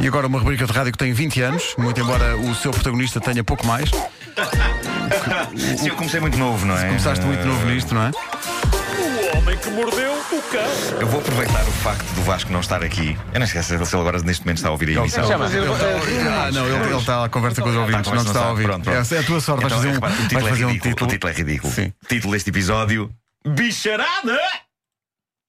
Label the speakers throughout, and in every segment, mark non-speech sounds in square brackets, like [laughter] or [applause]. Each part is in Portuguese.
Speaker 1: E agora uma rubrica de rádio que tem 20 anos, muito embora o seu protagonista tenha pouco mais.
Speaker 2: Sim, eu comecei muito novo, não é?
Speaker 1: Começaste muito
Speaker 2: Eh,
Speaker 1: novo nisto, não é?
Speaker 3: O homem que mordeu o cão.
Speaker 2: Eu vou aproveitar o facto do Vasco não estar aqui. Eu não sei se ele agora neste momento está a ouvir a emissão.
Speaker 1: Ele está- ah, não, ele, ele está à conversa com os ouvintes, não está a ouvir.
Speaker 2: Pronto, pronto.
Speaker 1: Essa é a tua sorte,
Speaker 2: Então,
Speaker 1: vais fazer um,
Speaker 2: repara, o, título
Speaker 1: vais fazer
Speaker 2: é
Speaker 1: um
Speaker 2: ridículo,
Speaker 1: título.
Speaker 2: o título é ridículo.
Speaker 1: Sim.
Speaker 2: Título deste episódio: Bicharada!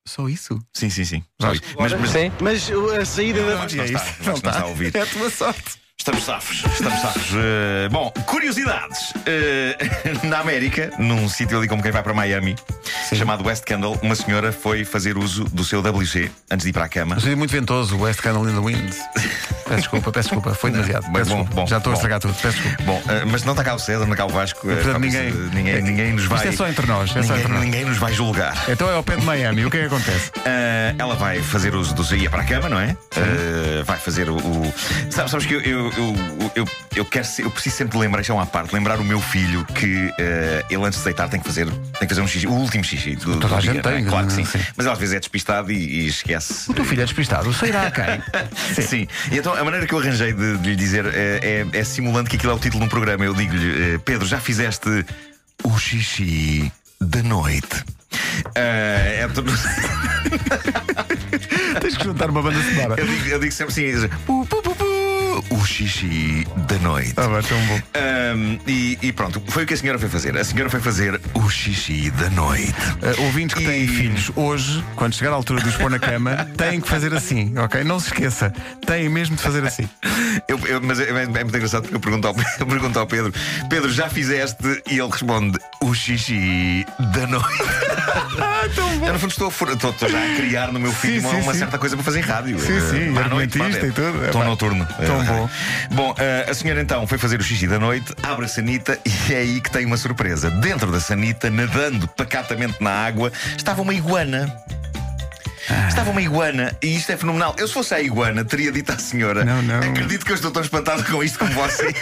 Speaker 1: Só isso?
Speaker 2: Sim, sim, sim. Só isso. Mas, mas
Speaker 4: Sim.
Speaker 5: Mas uh, a saída da.
Speaker 2: Vasco não está, Vasco não está a ouvir.
Speaker 1: É a tua sorte.
Speaker 2: Estamos safos, estamos safos. Eh, bom, curiosidades. Eh, [laughs] na América, num sítio ali como quem vai para Miami, chamado West Candle, uma senhora foi fazer uso do seu WC antes de ir para a cama.
Speaker 1: Mas é muito ventoso, o West Canal in the Wind. Peço desculpa, peço desculpa, foi demasiado.
Speaker 2: bem,
Speaker 1: Peço
Speaker 2: bom,
Speaker 1: desculpa.
Speaker 2: bom,
Speaker 1: Já estou a
Speaker 2: bom.
Speaker 1: estragar tudo, peço desculpa.
Speaker 2: Bom, eh, mas não está cá o César, não está cá o Vasco. eh,
Speaker 1: Portanto,
Speaker 2: talvez,
Speaker 1: ninguém-
Speaker 2: eh, ninguém, ninguém nos vai.
Speaker 1: Isto é só entre nós, é só
Speaker 2: ninguém,
Speaker 1: entre nós.
Speaker 2: ninguém nos vai julgar.
Speaker 1: Então é ao pé de Miami, o que é que acontece?
Speaker 2: Ah, ela vai fazer uso do ia para a cama, não é? Ah, vai fazer o. o- Sabe- sabes que eu, eu, eu, eu, eu quero ser- eu preciso sempre de lembrar, isto é uma parte, lembrar o meu filho que ah, ele antes de deitar tem que fazer, tem que fazer um xixi, o último xixi do,
Speaker 1: Toda
Speaker 2: do
Speaker 1: a
Speaker 2: dia,
Speaker 1: gente
Speaker 2: não é?
Speaker 1: tem,
Speaker 2: claro que sim.
Speaker 1: sim.
Speaker 2: Mas às vezes é despistado e, e esquece.
Speaker 1: [laughs] O teu filho é despistado, sairá a quem?
Speaker 2: [laughs] Sim. E então a maneira que eu arranjei de, de lhe dizer eh, é, é simulando que aquilo é o título de um programa. Eu digo-lhe, eh, Pedro, já fizeste o xixi da noite? Eh, é tudo-
Speaker 1: Tens que juntar uma banda sonora.
Speaker 2: [laughs] eu, digo, eu digo sempre assim: diz, "Pu, pu, pu, pu, o xixi da noite.
Speaker 1: Ah, bem, tão bom.
Speaker 2: Ahm, e, e pronto, foi o que a senhora foi fazer. A senhora foi fazer o xixi da noite.
Speaker 1: Uh, ouvintes que têm
Speaker 2: E-
Speaker 1: filhos hoje, quando chegar à altura de os pôr na [laughs] cama, têm que fazer assim, ok? Não se esqueça, têm mesmo de fazer assim.
Speaker 2: Eu- eu- mas é, é- é muito engraçado porque eu pergunto, ao, [laughs] eu pergunto ao Pedro: Pedro, já fizeste? E ele responde: O xixi
Speaker 1: [laughs]
Speaker 2: da noite. Eu, no fundo, estou, a for- estou- estou já a criar no meu filho
Speaker 1: Ah, Sim,
Speaker 2: uma,
Speaker 1: sim,
Speaker 2: uma
Speaker 1: sim.
Speaker 2: certa coisa para fazer em rádio.
Speaker 1: Sim,
Speaker 2: Eh,
Speaker 1: sim,
Speaker 2: à noite,
Speaker 1: argumentista
Speaker 2: pá,
Speaker 1: e tudo. É,
Speaker 2: Estou
Speaker 1: pá,
Speaker 2: noturno.
Speaker 1: tão
Speaker 2: Eh,
Speaker 1: bom.
Speaker 2: Bom, eh, a senhora então foi fazer o xixi da noite, abre a sanita e é aí que tem uma surpresa. Dentro da sanita, nadando pacatamente na água, estava uma iguana. Estava uma iguana e isto é fenomenal. Eu, se fosse a iguana, teria dito à senhora:
Speaker 1: Não, não.
Speaker 2: Acredito que eu estou tão espantado com isto
Speaker 1: [laughs]
Speaker 2: como você.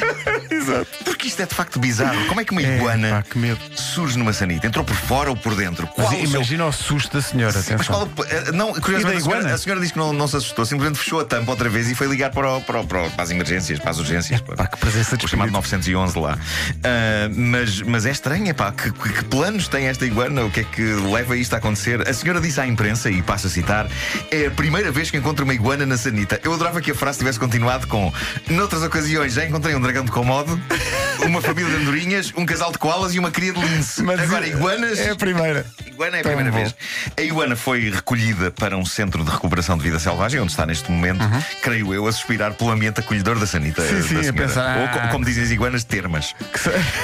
Speaker 2: Exato. Porque isto é de facto bizarro. Como é que uma
Speaker 1: É,
Speaker 2: iguana
Speaker 1: pá, que medo.
Speaker 2: surge numa sanita? Entrou por fora ou por dentro? Qual
Speaker 1: Mas
Speaker 2: o seu
Speaker 1: imagina o susto da senhora.
Speaker 2: Sim, Mas
Speaker 1: atenção.
Speaker 2: qual o- eh, Não,
Speaker 1: E da
Speaker 2: curiosamente, a
Speaker 1: iguana?
Speaker 2: senhora, a senhora diz que não, não se assustou, simplesmente fechou a tampa outra vez e foi ligar para, o- para, o- para, o- para as emergências, para as urgências.
Speaker 1: É, pá, que presença de
Speaker 2: o chamado
Speaker 1: espírito.
Speaker 2: 911 lá. Ah, mas, mas é estranho, é pá, que, que- que planos tem esta iguana? O que é que leva isto a acontecer? A senhora disse à imprensa, e passo a citar: é a primeira vez que encontro uma iguana na sanita. Eu adorava que a frase tivesse continuado com: noutras ocasiões já encontrei um dragão de comodo, uma família de andorinhas, um casal de koalas e uma cria de lince.
Speaker 1: Mas
Speaker 2: Agora,
Speaker 1: é-
Speaker 2: iguanas.
Speaker 1: É a primeira.
Speaker 2: Iguana é a
Speaker 1: Tão
Speaker 2: primeira
Speaker 1: Tá bom.
Speaker 2: vez. A Iguana foi recolhida para um centro de recuperação de vida selvagem, onde está neste momento, creio eu, a suspirar pelo ambiente acolhedor da sanita.
Speaker 1: Sim,
Speaker 2: da
Speaker 1: sim, a
Speaker 2: senhora.
Speaker 1: pensar,
Speaker 2: Ou co-
Speaker 1: "Ah."
Speaker 2: como dizem as iguanas, termas. [laughs]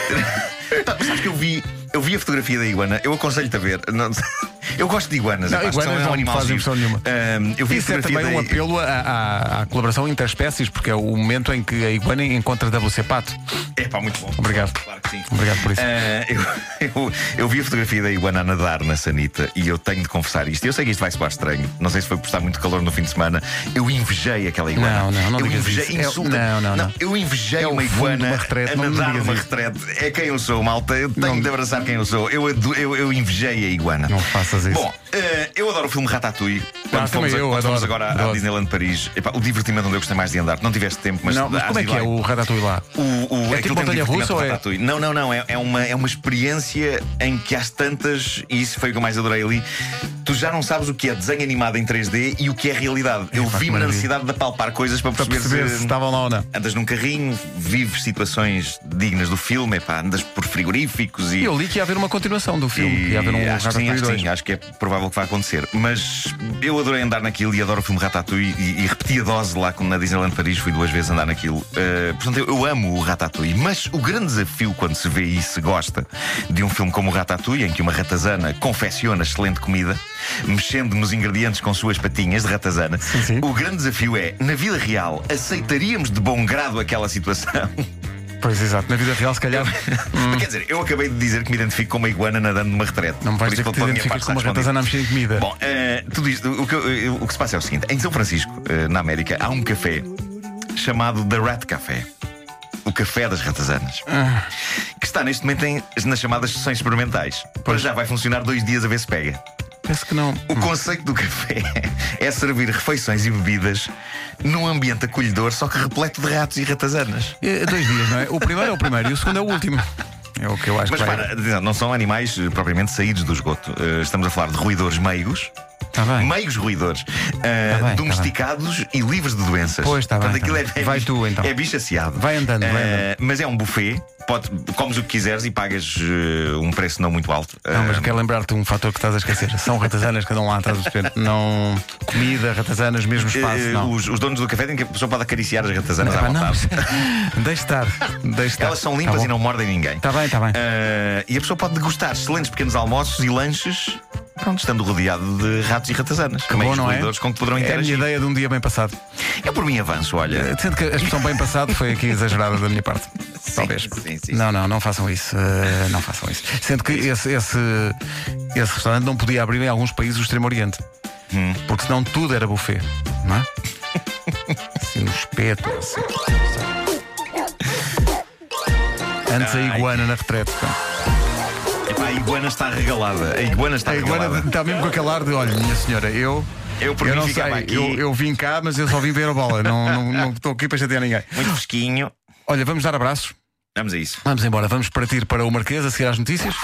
Speaker 2: Pá, mas sabes que eu vi, eu vi a fotografia da iguana, eu aconselho-te a ver. Não- [laughs] eu gosto de iguanas,
Speaker 1: Não,
Speaker 2: eu acho que
Speaker 1: iguanas não
Speaker 2: são é um
Speaker 1: me
Speaker 2: animal
Speaker 1: fazem
Speaker 2: giro.
Speaker 1: impressão nenhuma.
Speaker 2: Ahm, eu vi
Speaker 1: Isso
Speaker 2: a
Speaker 1: é
Speaker 2: fotografia
Speaker 1: também um
Speaker 2: da-
Speaker 1: apelo à, à- à colaboração interespécies, porque é o momento em que a iguana encontra WC Pato.
Speaker 2: É pá, muito bom.
Speaker 1: Obrigado.
Speaker 2: Claro que sim.
Speaker 1: Obrigado por isso.
Speaker 2: Ah, eu, eu- eu vi a fotografia da iguana a nadar na sanita e eu tenho de confessar isto. Eu sei que isto vai soar estranho. Não sei se foi por estar muito calor no fim de semana. Eu invejei aquela iguana.
Speaker 1: Não, não, não
Speaker 2: Eu
Speaker 1: digas
Speaker 2: invejei,
Speaker 1: isso. É-
Speaker 2: insulta-
Speaker 1: não, não, não.
Speaker 2: Eu invejei
Speaker 1: É o
Speaker 2: uma
Speaker 1: fundo
Speaker 2: iguana
Speaker 1: de uma retrete,
Speaker 2: a
Speaker 1: não me
Speaker 2: nadar
Speaker 1: digas
Speaker 2: numa
Speaker 1: isso.
Speaker 2: retrete. É quem eu sou, malta. Eu tenho
Speaker 1: Não.
Speaker 2: de abraçar quem eu sou. Eu, ado- eu, eu invejei a iguana.
Speaker 1: Não faças isso. Ah,
Speaker 2: Bom, ah, eu adoro o filme Ratatouille.
Speaker 1: também
Speaker 2: Quando fomos, a-
Speaker 1: eu
Speaker 2: quando fomos
Speaker 1: adoro,
Speaker 2: agora à- à
Speaker 1: adoro.
Speaker 2: Disneyland Paris, epá, o divertimento onde eu gostei mais de andar. Não tiveste tempo, mas,
Speaker 1: não, mas
Speaker 2: às
Speaker 1: como é que é
Speaker 2: Disneyland-
Speaker 1: o Ratatouille lá?
Speaker 2: o, o,
Speaker 1: É tipo
Speaker 2: aquilo tem um
Speaker 1: montanha-russa
Speaker 2: divertimento
Speaker 1: ou é?
Speaker 2: Ratatouille. Não, não, não. É, é uma, é uma experiência em que às tantas, e isso foi o que eu mais adorei ali, tu já não sabes o que é desenho animado em 3D e o que é realidade. Eu
Speaker 1: pá, que
Speaker 2: vi-me na
Speaker 1: maravilha.
Speaker 2: necessidade de apalpar coisas para
Speaker 1: Para
Speaker 2: perceber,
Speaker 1: perceber se estavam lá ou não.
Speaker 2: Andas num carrinho, vives situações dignas do filme, epá, andas por frigoríficos e.
Speaker 1: E eu li que ia haver uma continuação do filme, que
Speaker 2: E
Speaker 1: ia haver um
Speaker 2: acho, que
Speaker 1: Ratatouille
Speaker 2: sim, acho que
Speaker 1: 2.
Speaker 2: sim, acho que é provável que vá acontecer. Mas eu adorei andar naquilo e adoro o filme Ratatouille e, e repeti a dose lá quando na Disneyland Paris, fui duas vezes andar naquilo. Uh, portanto, eu, eu amo o Ratatouille, mas o grande desafio quando se vê e se gosta de um filme como o Ratatouille, em que uma ratazana confecciona excelente comida, mexendo nos ingredientes com suas patinhas de ratazana,
Speaker 1: sim.
Speaker 2: o grande desafio é, na vida real, aceitaríamos de bom grado aquela situação?
Speaker 1: Pois exato, na vida real, se [laughs] calhar.
Speaker 2: Mas [laughs] quer dizer, eu acabei de dizer que me identifico com uma iguana nadando numa retrete.
Speaker 1: Hum. Não me vais
Speaker 2: Por
Speaker 1: dizer que
Speaker 2: isso
Speaker 1: te
Speaker 2: pela minha
Speaker 1: identificas
Speaker 2: parte
Speaker 1: com uma
Speaker 2: está
Speaker 1: ratazana a
Speaker 2: respondido.
Speaker 1: mexer em comida.
Speaker 2: Bom, eh, tudo isto, o que, eu- o que se passa é o seguinte: em São Francisco, eh, na América, há um café chamado The Rat Café. O café das ratazanas. Que está neste momento em- nas chamadas sessões experimentais. Para já vai funcionar dois dias a ver se pega.
Speaker 1: Penso que não.
Speaker 2: O conceito do café [laughs] é servir refeições e bebidas num ambiente acolhedor, só que repleto de ratos e ratazanas.
Speaker 1: É, dois dias, não é? O primeiro é o primeiro e o segundo é o último. É o que eu acho
Speaker 2: Mas
Speaker 1: que vai.
Speaker 2: para, atenção, não são animais eh, propriamente saídos do esgoto. Eh, Estamos a falar de roedores meigos.
Speaker 1: Tá bem.
Speaker 2: Meigos roedores. eh,
Speaker 1: Tá bem, tá
Speaker 2: domesticados e livres de doenças.
Speaker 1: Pois, tá
Speaker 2: Portanto,
Speaker 1: bem, tá
Speaker 2: aquilo
Speaker 1: bem.
Speaker 2: é, é
Speaker 1: Vai
Speaker 2: bicho-
Speaker 1: tu, então.
Speaker 2: É bicho aciado.
Speaker 1: Vai andando, vai
Speaker 2: Eh,
Speaker 1: andando.
Speaker 2: Mas é um buffet. Pode, comes o que quiseres e pagas eh, um preço não muito alto.
Speaker 1: Não, mas
Speaker 2: Eh,
Speaker 1: quero lembrar-te um fator que estás a esquecer. São ratazanas cada um lá atrás do espelho. Não comida, ratazanas, mesmo espaço,
Speaker 2: eh, Tá
Speaker 1: não.
Speaker 2: os, os donos do café têm que a pessoa pode acariciar as ratazanas à
Speaker 1: Epá, não.
Speaker 2: vontade.
Speaker 1: Deixe estar. Deixe estar.
Speaker 2: Elas são limpas
Speaker 1: Tá
Speaker 2: e não mordem ninguém.
Speaker 1: Tá bem, tá bem.
Speaker 2: Eh, e a pessoa pode degustar excelentes pequenos almoços e lanches, pronto, estando rodeado de ratos e ratazanas.
Speaker 1: bom,
Speaker 2: meios
Speaker 1: não é?
Speaker 2: roedores com que poderão
Speaker 1: É a minha
Speaker 2: interagir.
Speaker 1: ideia de um dia bem passado.
Speaker 2: Eu por mim
Speaker 1: [laughs]
Speaker 2: avanço, olha.
Speaker 1: Sendo que a expressão bem passado foi aqui exagerada da minha parte.
Speaker 2: [laughs] Sim,
Speaker 1: Talvez.
Speaker 2: sim, sim.
Speaker 1: Não, não, não façam isso. Eh, não façam isso. Sendo que esse, esse, esse restaurante não podia abrir em alguns países do Extremo Oriente.
Speaker 2: Hum.
Speaker 1: Porque senão tudo era buffet, não
Speaker 2: [laughs]
Speaker 1: é? assim, no espeto, não sei. Antes a
Speaker 2: Ai.
Speaker 1: iguana na retrete. pá.
Speaker 2: Epá, a iguana está regalada. A iguana está
Speaker 1: A iguana
Speaker 2: regalada.
Speaker 1: está mesmo com aquele ar de: olha, minha senhora, eu.
Speaker 2: Eu por
Speaker 1: eu
Speaker 2: mim
Speaker 1: não sei,
Speaker 2: ficava aqui.
Speaker 1: eu, eu vim cá, mas eu só vim ver a bola. Não estou
Speaker 2: [laughs]
Speaker 1: não, estou aqui para chatear ninguém.
Speaker 2: Muito fresquinho.
Speaker 1: Olha, vamos dar abraços.
Speaker 2: Vamos a isso.
Speaker 1: Vamos embora, vamos partir para o Marquês a seguir às notícias.